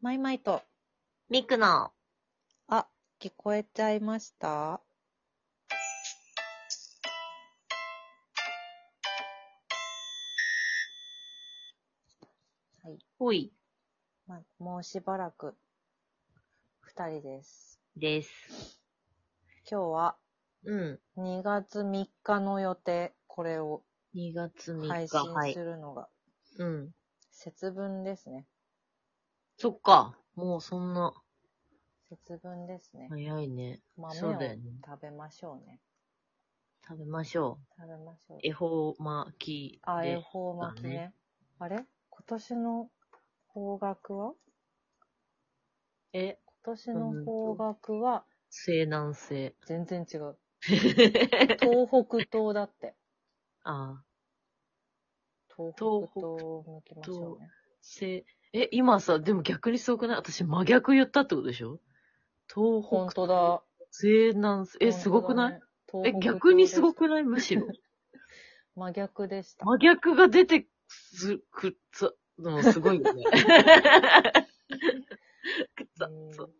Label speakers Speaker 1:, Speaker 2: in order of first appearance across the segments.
Speaker 1: マイマイと、
Speaker 2: ミクの、
Speaker 1: あ、聞こえちゃいましたはい。
Speaker 2: ほい、
Speaker 1: ま、もうしばらく、二人です。
Speaker 2: です。
Speaker 1: 今日は、
Speaker 2: うん。
Speaker 1: 2月3日の予定、これを
Speaker 2: 2月3日。
Speaker 1: 配信するのが、
Speaker 2: うん。
Speaker 1: 節分ですね。
Speaker 2: そっか。もうそんな、
Speaker 1: 節分ですね。
Speaker 2: 早いね。
Speaker 1: 豆
Speaker 2: そ
Speaker 1: を
Speaker 2: うだよね
Speaker 1: 食べましょうね。
Speaker 2: 食べましょ
Speaker 1: 食べましょう
Speaker 2: う。。恵方巻き
Speaker 1: あ、恵
Speaker 2: で。
Speaker 1: 方巻きね。
Speaker 2: だ
Speaker 1: あれ今年の方角は
Speaker 2: え、
Speaker 1: 今年の方角は
Speaker 2: 西南西。
Speaker 1: 全然違う。東北東だ って。
Speaker 2: あ
Speaker 1: 東北東を向きましょうね。
Speaker 2: 西、え、今さ、でも逆にすごくない私真逆言ったってことでしょ東
Speaker 1: 本
Speaker 2: 北、
Speaker 1: 当だ。
Speaker 2: 西南西。え、
Speaker 1: 本当だね
Speaker 2: すごくない
Speaker 1: 東
Speaker 2: え、
Speaker 1: 北東
Speaker 2: 逆にすご
Speaker 1: で
Speaker 2: くないむしろ。
Speaker 1: す真逆でした。
Speaker 2: 真逆が出てすくつ、のすごいよね。くっ
Speaker 1: う
Speaker 2: つ
Speaker 1: ん
Speaker 2: そう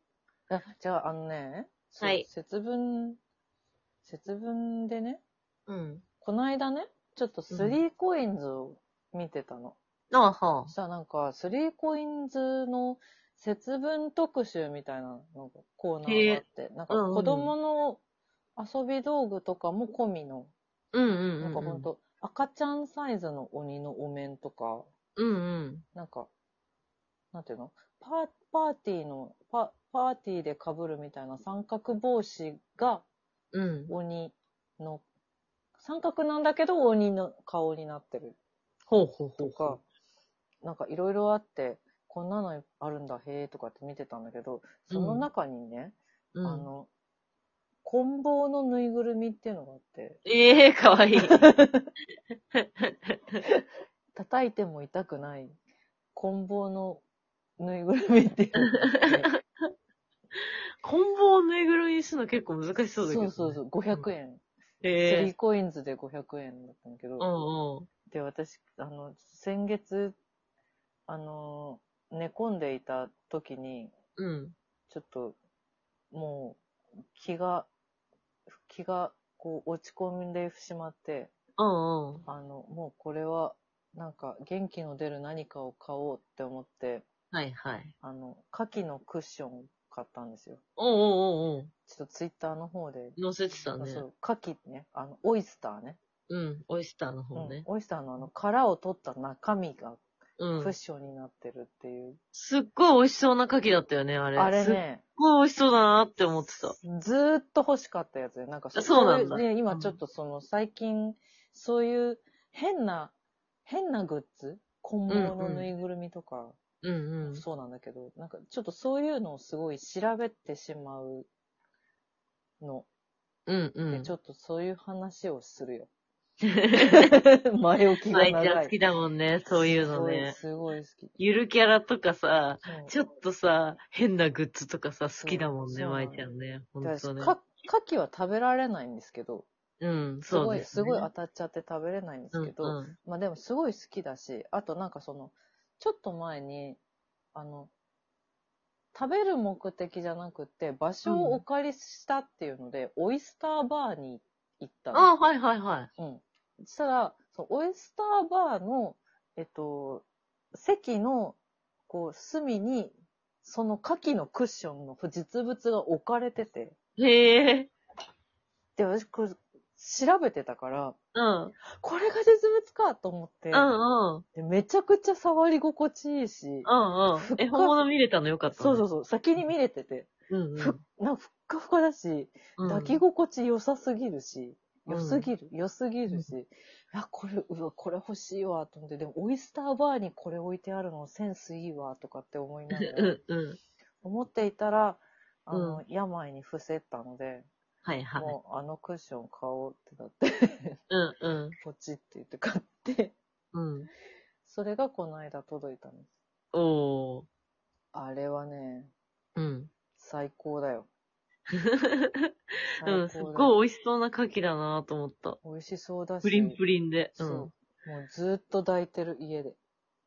Speaker 1: あじゃあ、あのね、そう
Speaker 2: はい
Speaker 1: 節分、節分でね、
Speaker 2: うん。
Speaker 1: この間ね、ちょっとスリーコインズを見てたの。
Speaker 2: ああ、はあ
Speaker 1: そ。したらなんか、スリーコインズの節分特集みたいなのがコーナーがあって、なんか
Speaker 2: うんうん
Speaker 1: 子供の遊び道具とかも込みの、
Speaker 2: うんうんうん。
Speaker 1: なんかほんと赤ちゃんサイズの鬼のお面とか、
Speaker 2: うんうん。
Speaker 1: なんか、なんていうのパーパーティーのパ、パーティーで被るみたいな三角帽子が
Speaker 2: うん。
Speaker 1: 鬼の、三角なんだけど鬼の顔になってる。
Speaker 2: ほうほうほ
Speaker 1: と
Speaker 2: う
Speaker 1: か
Speaker 2: ほ、
Speaker 1: なんかいろいろあって、こんなのあるんだ、へえとかって見てたんだけど、その中にね、
Speaker 2: う。うん
Speaker 1: あの、棍棒のぬいぐるみっていうのがあって、
Speaker 2: ええかわい い。
Speaker 1: 叩いても痛くない棍棒のぬいぐるみっていうのがあって、
Speaker 2: 棍棒をぬいぐるみにするの結構難し そうだけど、。
Speaker 1: そうそうそうう、500円。スリ
Speaker 2: え
Speaker 1: ーコインズで500円だったんだけど、
Speaker 2: えうんうん。
Speaker 1: で、私、あの、先月、あの、寝込んでいた時に、
Speaker 2: うん。
Speaker 1: ちょっと、もう、気が、気が、こう、落ち込んでしまって、
Speaker 2: うんうん。
Speaker 1: あの、もうこれは、なんか、元気の出る何かを買おうって思って、
Speaker 2: はいはい。
Speaker 1: あの、牡蠣のクッションを買ったんですよ。
Speaker 2: おうんうんうん
Speaker 1: ちょっとツイッターの方で、
Speaker 2: うん。載せてたね
Speaker 1: そ。う、牡蠣ね、あの、オイスターね。
Speaker 2: うん。オイスターの
Speaker 1: う
Speaker 2: 方
Speaker 1: ん
Speaker 2: ね。
Speaker 1: オイスターのあの、殻を取った中身が
Speaker 2: う
Speaker 1: クッ
Speaker 2: ん。
Speaker 1: ションになってるっていう。
Speaker 2: すっごい美味しそうな牡蠣だったよね、あれ。
Speaker 1: あれ
Speaker 2: すっ
Speaker 1: ね、
Speaker 2: ごい美味しそうだなって思ってた。
Speaker 1: ずーっと欲しかったやつで、なんか
Speaker 2: そうなんだ
Speaker 1: れで今ちょっとその最近、そういう変な、変なグッズ棍棒のぬいぐるみとか、
Speaker 2: うんうん。
Speaker 1: そうなんだけど、なんかちょっとそういうのをすごい調べてしまうの
Speaker 2: うん
Speaker 1: で、
Speaker 2: うん。
Speaker 1: ちょっとそういう話をするよ。
Speaker 2: 舞
Speaker 1: 前置きが
Speaker 2: ちゃ
Speaker 1: 長
Speaker 2: ん好き
Speaker 1: い。
Speaker 2: だもんね、そういうのね。
Speaker 1: すごいすごい好き。
Speaker 2: ゆるキャラとかさ、
Speaker 1: そう
Speaker 2: ちょっとさ、変なグッズとかさ、
Speaker 1: そう
Speaker 2: 好きだもん
Speaker 1: そう
Speaker 2: ね、
Speaker 1: なの
Speaker 2: 舞ちゃんね。ほ
Speaker 1: だ
Speaker 2: んと
Speaker 1: から
Speaker 2: ね。
Speaker 1: か牡蠣は食べられないんですけど、
Speaker 2: うん、
Speaker 1: す
Speaker 2: そう
Speaker 1: ごい、
Speaker 2: です
Speaker 1: ごい当
Speaker 2: あ
Speaker 1: たっちゃって食べれないんですけど、
Speaker 2: うんうん、
Speaker 1: まあでもすごい好きだし、あとなんかその、ちょっと前に、あの、食べる目的じゃなくて、場所をお借りしたっていうので、オイスターバーに行った
Speaker 2: あ
Speaker 1: の。
Speaker 2: あ、はいはいはい。
Speaker 1: うん。そしたら、そのオイスターバーの、えっと、席の、こう、隅に、その牡蠣のクッションの実物が置かれてて、
Speaker 2: へえ。
Speaker 1: で、私これ、調べてたから、
Speaker 2: うん。うん
Speaker 1: これが実物かと思って、
Speaker 2: うん。
Speaker 1: でめちゃくちゃ触り心地いいし、
Speaker 2: うんうん
Speaker 1: ふっ。か
Speaker 2: え、本物見れたのよかったね。
Speaker 1: そうそうそう、先に見れてて、
Speaker 2: う。うん、
Speaker 1: ふなんかふっかふかだし、
Speaker 2: うん。
Speaker 1: 抱き心地良さすぎるし、
Speaker 2: うん
Speaker 1: 良すぎる、良すぎるし、いや、これ、うわ、これ欲しいわ、と思って、でも、オイスターバーにこれ置いてあるのセンスいいわ、とかって思いなが
Speaker 2: う
Speaker 1: ら、
Speaker 2: んうん。
Speaker 1: 思っていたら、あの、病に伏せったので、
Speaker 2: はいはい。
Speaker 1: もう、あのクッション買おうってなって、
Speaker 2: うんうん。
Speaker 1: ポチって言って買って、
Speaker 2: うん。
Speaker 1: それがこの間届いたんです。
Speaker 2: おー。
Speaker 1: あれはね、
Speaker 2: うん。
Speaker 1: 最高だよ。最
Speaker 2: う
Speaker 1: 高
Speaker 2: ん、すっ
Speaker 1: だよ
Speaker 2: ごい美味しそうな牡蠣だなと思った。
Speaker 1: 美味しそうだし。
Speaker 2: プリンプリンで。う。。
Speaker 1: そうんもうずーっと抱いてる家で。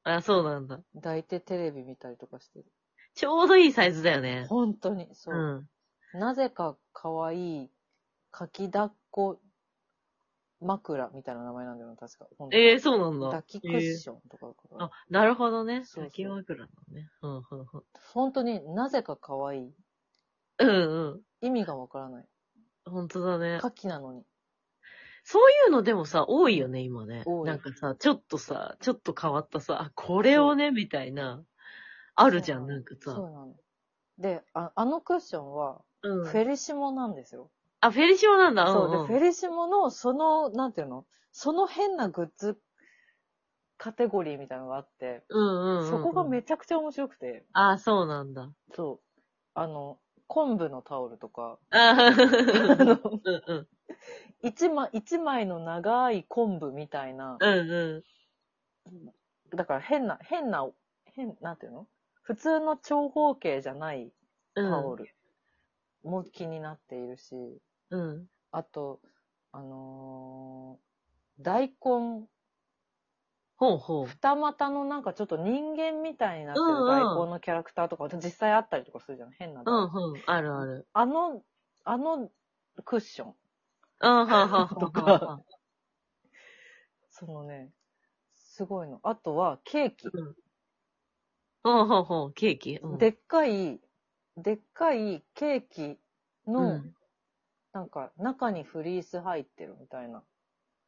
Speaker 2: あ、そうなんだ。
Speaker 1: 抱いてテレビ見たりとかしてる。
Speaker 2: ちょうどいいサイズだよね。
Speaker 1: 本当に、そうう。
Speaker 2: ん。
Speaker 1: なぜか可愛い、かき抱っこ枕みたいな名前なんだよな、確か。本当
Speaker 2: ええー、そうなんだ。
Speaker 1: 抱きクッションとか
Speaker 2: え
Speaker 1: か
Speaker 2: ー
Speaker 1: な
Speaker 2: あ、なるほどね。
Speaker 1: そうそう
Speaker 2: 抱き枕なのね。うんうんうん
Speaker 1: 本当になぜか可愛い。
Speaker 2: うんうん。
Speaker 1: 意味がわからない。
Speaker 2: 本当だね。
Speaker 1: カキなのに。
Speaker 2: そういうのでもさ、多いよね、今ね
Speaker 1: 多。い
Speaker 2: なんかさ、ちょっとさ、ちょっと変わったさ、あ、これをね、みたいな、あるじゃん、
Speaker 1: そう
Speaker 2: なんか
Speaker 1: そう
Speaker 2: さ。
Speaker 1: なの。で、ああのクッションは、フ
Speaker 2: うん。
Speaker 1: ェリシモなんですよ。
Speaker 2: あ、フェリシモなんだ。
Speaker 1: そう。
Speaker 2: ん
Speaker 1: で、
Speaker 2: ん
Speaker 1: フェリシモの、その、なんていうのその変なグッズカテゴリーみたいなのがあって、
Speaker 2: うんうんうんうん。
Speaker 1: そこがめちゃくちゃ面白くて、
Speaker 2: あ、そうなんだ。
Speaker 1: そう。あの、昆布のタオルとか、
Speaker 2: あ
Speaker 1: あの
Speaker 2: の、うんうん。
Speaker 1: 一枚、一枚の長い昆布みたいな、
Speaker 2: うんうん。
Speaker 1: だから変な、変な、変、なんていうの普通の長方形じゃない
Speaker 2: うん
Speaker 1: タオルも気になっているし、
Speaker 2: うん。
Speaker 1: あと、あのー大根、
Speaker 2: ほうほう。
Speaker 1: 二股のなんかちょっと人間みたいになって
Speaker 2: うんう
Speaker 1: る
Speaker 2: ん
Speaker 1: 大根のキャラクターとか、実際あったりとかするじゃん、変な大
Speaker 2: う
Speaker 1: 根、
Speaker 2: んうん。あるある。
Speaker 1: あの、あのクッション、
Speaker 2: うん、はんはんはんはん。
Speaker 1: とかそのね、すごいの。あとはケーキ。
Speaker 2: うん、ほんほん。ケーキ。うん、
Speaker 1: でっかい、でっかいケーキ
Speaker 2: う
Speaker 1: の、
Speaker 2: ん。
Speaker 1: なんか中にフリース入ってるみたいな。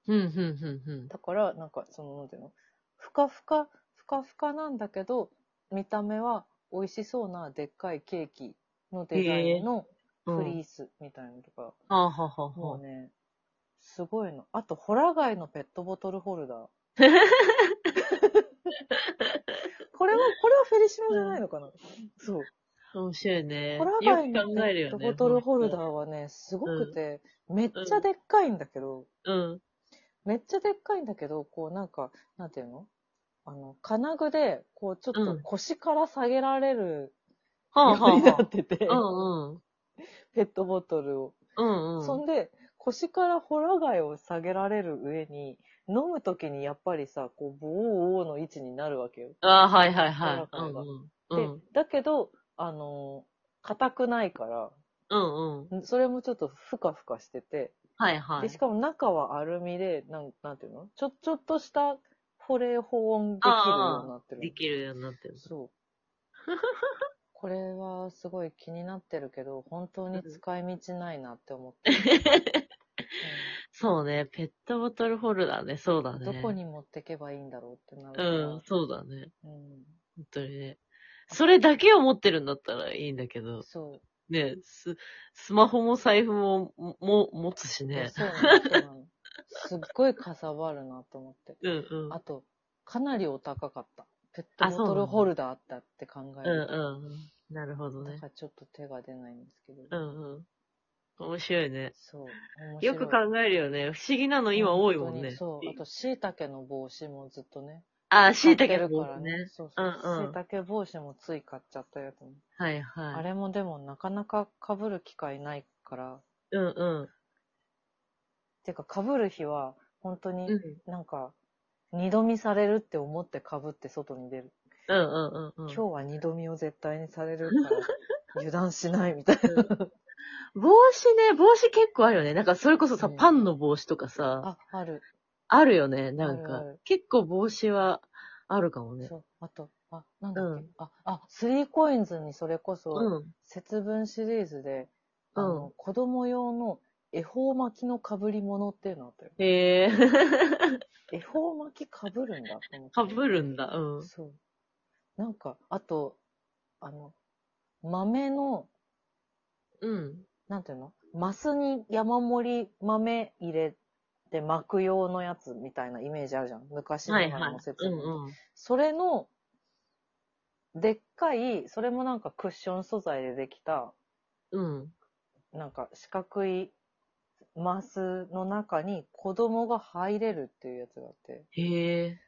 Speaker 2: うん、うん、うん、うん。
Speaker 1: だから、なんかその、なんていうのふかふか、ふかふかなんだけど、見た目は美味しそうなでっかいケーキのデザインのフリースみたいなのとか、
Speaker 2: はんはんはん
Speaker 1: も
Speaker 2: は。
Speaker 1: うんね、すごいの。あと、ホラ貝のペットボトルホル ダー。これは、これはフェリシモじゃないのかな、そう。
Speaker 2: 面白いね。
Speaker 1: ホラ
Speaker 2: よ
Speaker 1: 貝
Speaker 2: く
Speaker 1: の
Speaker 2: 考え
Speaker 1: ペッ
Speaker 2: るよ
Speaker 1: ト
Speaker 2: ね。
Speaker 1: ボトルホルダーはね、すごくて、めっちゃでっかいんだけど、
Speaker 2: うん。
Speaker 1: めっちゃでっかいんだけど、こうなんか、なんていうのあの、金具で、こうちょっ
Speaker 2: う
Speaker 1: と
Speaker 2: ん
Speaker 1: 腰から下げられる
Speaker 2: は
Speaker 1: よ
Speaker 2: んは
Speaker 1: うんにな
Speaker 2: はん
Speaker 1: っ。てて、
Speaker 2: うんうん。
Speaker 1: ペットボトルを。
Speaker 2: うんうん。
Speaker 1: そんで、腰からホラ貝を下げられる上に、飲むときにやっぱりさ、こう、ボーオーの位置になるわけよ。
Speaker 2: ああ、はいはいは
Speaker 1: ホ
Speaker 2: い。う
Speaker 1: ラ
Speaker 2: ん
Speaker 1: 貝が
Speaker 2: うん。うん
Speaker 1: で、だけど、あのー硬くないから、
Speaker 2: うんうん。
Speaker 1: それもちょっとふかふかしてて、
Speaker 2: はいは
Speaker 1: で
Speaker 2: い
Speaker 1: し。かも中はアルミで、なんなんていうのちょ、ちょっとした保冷保温できるようになってる。
Speaker 2: できるようになってる。
Speaker 1: そう。 これはすごい気になってるけど、本当に使い道ないなって思 って。
Speaker 2: そうね。ペットボトルホルダーね。そうだ
Speaker 1: うん
Speaker 2: ね。
Speaker 1: どこに持ってけばいいんだろうってなるか
Speaker 2: う
Speaker 1: ら。
Speaker 2: ん、そうだね。
Speaker 1: うん
Speaker 2: 本当にね。それだけを持ってるんだったらいいんだけど。
Speaker 1: そ
Speaker 2: ね、ス、スマホも財布も、も、も持つし
Speaker 1: う。
Speaker 2: ね。
Speaker 1: そうなのそうなの。すっごいかさばるなと思って。
Speaker 2: うんうん。
Speaker 1: あと、かなりお高かった。ペット
Speaker 2: あそう
Speaker 1: ボ
Speaker 2: な
Speaker 1: ト
Speaker 2: の
Speaker 1: ルホルダーだって考え
Speaker 2: うん
Speaker 1: る
Speaker 2: うん。なるほ
Speaker 1: と。
Speaker 2: ど
Speaker 1: だ
Speaker 2: ね
Speaker 1: か。らちょっと手が出ないんですけど。
Speaker 2: うんうん。面白いね。
Speaker 1: そう。面白
Speaker 2: よ
Speaker 1: い
Speaker 2: く考えるよね。不思議なの今多いもん
Speaker 1: 本当
Speaker 2: ね
Speaker 1: に。そう。あと、椎茸の帽子もずっとね。
Speaker 2: あ、しい
Speaker 1: 買
Speaker 2: た
Speaker 1: ってる
Speaker 2: けも
Speaker 1: から
Speaker 2: ね。。
Speaker 1: そうそう。
Speaker 2: うんうん
Speaker 1: 椎茸帽子もつい買っちゃったやつも。
Speaker 2: はいはい。
Speaker 1: あれもでもなかなか被る機会ないから。
Speaker 2: うんうん。
Speaker 1: てか被る日は、本当
Speaker 2: うん
Speaker 1: になんか、二度見されるって思って被って外に出る。
Speaker 2: うんうんうん。
Speaker 1: 今日は二度見を絶対にされる から、油断しないみたいな。
Speaker 2: 帽子ね、帽子結構あるよね。なんかそれこそさ、
Speaker 1: うん
Speaker 2: パンの帽子とかさ、
Speaker 1: あ、ある。
Speaker 2: あるよね。なん
Speaker 1: あ
Speaker 2: か
Speaker 1: るある、
Speaker 2: 結構帽子はあるかもね。
Speaker 1: そう。あと、あ、なんだっけ。
Speaker 2: うん
Speaker 1: あ、あ、スリーコインズにそれこそ、
Speaker 2: うん。
Speaker 1: 節分シリーズで、あの、
Speaker 2: う
Speaker 1: 子供用の恵方巻きの被り物っていうのあったよ。
Speaker 2: へえ。
Speaker 1: 恵方巻き被るんだと思って。
Speaker 2: かぶるんだ。うん。
Speaker 1: そう。なんか、あと、あの、豆の、
Speaker 2: うん。
Speaker 1: なんていうのマスに山盛り豆入れて巻く用のやつみたいなイメージあるじゃん。昔な
Speaker 2: は
Speaker 1: が
Speaker 2: い
Speaker 1: ら
Speaker 2: はい
Speaker 1: の節。
Speaker 2: う
Speaker 1: 分。
Speaker 2: んうん。
Speaker 1: それの、でっかい、それもなんかクッション素材でできた、
Speaker 2: うん。
Speaker 1: なんか四角いマスの中に子供が入れるっていうやつがあって、
Speaker 2: へえ。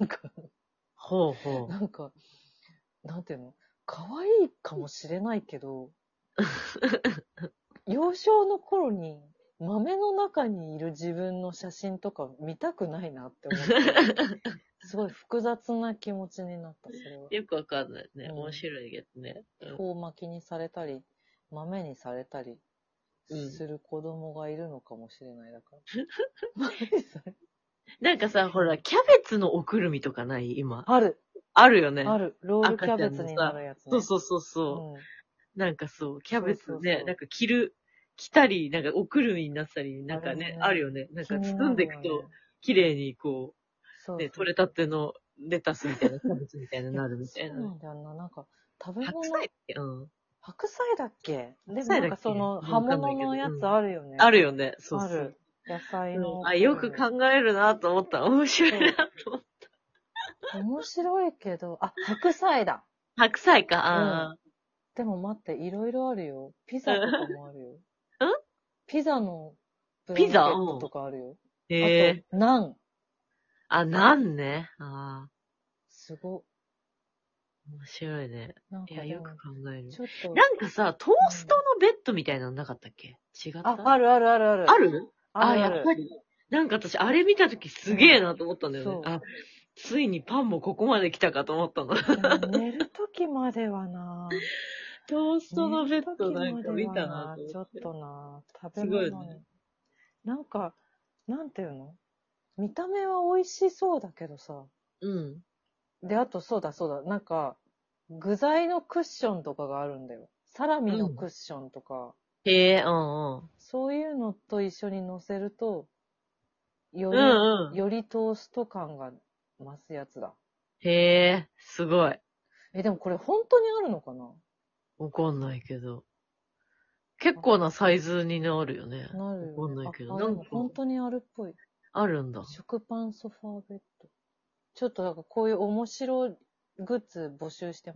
Speaker 1: なんか、
Speaker 2: ほうほう。
Speaker 1: なんか、なんていうの可愛 いかもしれないけど、幼少の頃に豆の中にいる自分の写真とか見たくないなって思って、すごい複雑な気持ちになった、それは。
Speaker 2: よくわかんないね。
Speaker 1: うん
Speaker 2: 面白いけどね。うん
Speaker 1: 遠巻きにされたり、豆にされたり
Speaker 2: うん
Speaker 1: する子供がいるのかもしれない、だ から。豆にされ
Speaker 2: なんかさ、ほら、キャベツのおくるみとかない今。
Speaker 1: ある、
Speaker 2: あるよね。
Speaker 1: ある。ロールキャベツになるやつね。
Speaker 2: そうそうそうそう
Speaker 1: うん。
Speaker 2: う。なんかそう、キャベツ
Speaker 1: そうそうそ
Speaker 2: ね
Speaker 1: う、
Speaker 2: なんか着る、着たり、なんかおくるみになったり、なん
Speaker 1: あ
Speaker 2: か
Speaker 1: れ
Speaker 2: ね
Speaker 1: もね、
Speaker 2: あるよね。なんか包んでいく
Speaker 1: 気になるよ
Speaker 2: と
Speaker 1: ね、
Speaker 2: 綺麗にこ、
Speaker 1: そうう
Speaker 2: ね、
Speaker 1: そう
Speaker 2: 取れたてのレタスみたいな、キャベツみたいになるみたい
Speaker 1: そうな
Speaker 2: な。
Speaker 1: んだよな。なんか、食べ
Speaker 2: 白
Speaker 1: 物、
Speaker 2: 菜うん。
Speaker 1: 白菜だっけでも
Speaker 2: 白菜だっけ
Speaker 1: なんかその、
Speaker 2: わか
Speaker 1: 葉
Speaker 2: んない
Speaker 1: 物
Speaker 2: けど
Speaker 1: のやつあるよね。
Speaker 2: ある
Speaker 1: よ。
Speaker 2: よね。そう
Speaker 1: あ
Speaker 2: そう
Speaker 1: る。。野菜
Speaker 2: う
Speaker 1: の。
Speaker 2: んあ、よく考えるなと思った。面白いなと思った。
Speaker 1: 面白いけど、あ、白菜だ。
Speaker 2: 白菜か。あ
Speaker 1: でも待って、いろいろあるよ。ピザとかもあるよ。
Speaker 2: うん
Speaker 1: ピザのブラン
Speaker 2: ピ
Speaker 1: ケ
Speaker 2: ザ
Speaker 1: ットとかあるよ。
Speaker 2: ー
Speaker 1: あ
Speaker 2: へえ。
Speaker 1: と、ナン。
Speaker 2: あ、なんね。あ
Speaker 1: すご。
Speaker 2: あ、面白いね。
Speaker 1: なん
Speaker 2: い
Speaker 1: か
Speaker 2: や、
Speaker 1: で
Speaker 2: よ
Speaker 1: も
Speaker 2: く考える。
Speaker 1: ちょっと。
Speaker 2: なんかさ、トーストのベッドみたいなのなかったっけ違った
Speaker 1: あ、あるあるあるある。
Speaker 2: あるあ
Speaker 1: る
Speaker 2: や
Speaker 1: る
Speaker 2: っぱり。なんか私、あれ見たときすげえなと思ったんだよね。
Speaker 1: そう
Speaker 2: あ、ついにパンもここまで来たかと思ったの。
Speaker 1: でも寝るときまではな。
Speaker 2: トーストのベッドなんか見たな
Speaker 1: ち
Speaker 2: と
Speaker 1: ょ
Speaker 2: 思っ。
Speaker 1: ってとな、食べ
Speaker 2: すごいね
Speaker 1: 物に。なんか、なんていうの見た目は美味しそうだけどさ。
Speaker 2: うん。
Speaker 1: で、あとそうだそうだ、なんか、具材のクッションとかがあるんだよ。サラミのクッションとか、
Speaker 2: へえ、うんうん。
Speaker 1: そういうのと一緒に乗せると、よ
Speaker 2: う
Speaker 1: り、
Speaker 2: んうん。
Speaker 1: よりトースト感が増すやつだ。
Speaker 2: へえ、すごい。
Speaker 1: え、でもこれ本当にあるのかな
Speaker 2: わかんないけど。結構なサイズになるよね。
Speaker 1: なる
Speaker 2: わ
Speaker 1: よ、
Speaker 2: かん
Speaker 1: ね。
Speaker 2: ないけど
Speaker 1: ああ
Speaker 2: なん
Speaker 1: で
Speaker 2: か
Speaker 1: も本当にあるっぽい。
Speaker 2: あるんだ。
Speaker 1: 食パンソファーベッド。ちょっとなんかこういう面白いグッズ募集して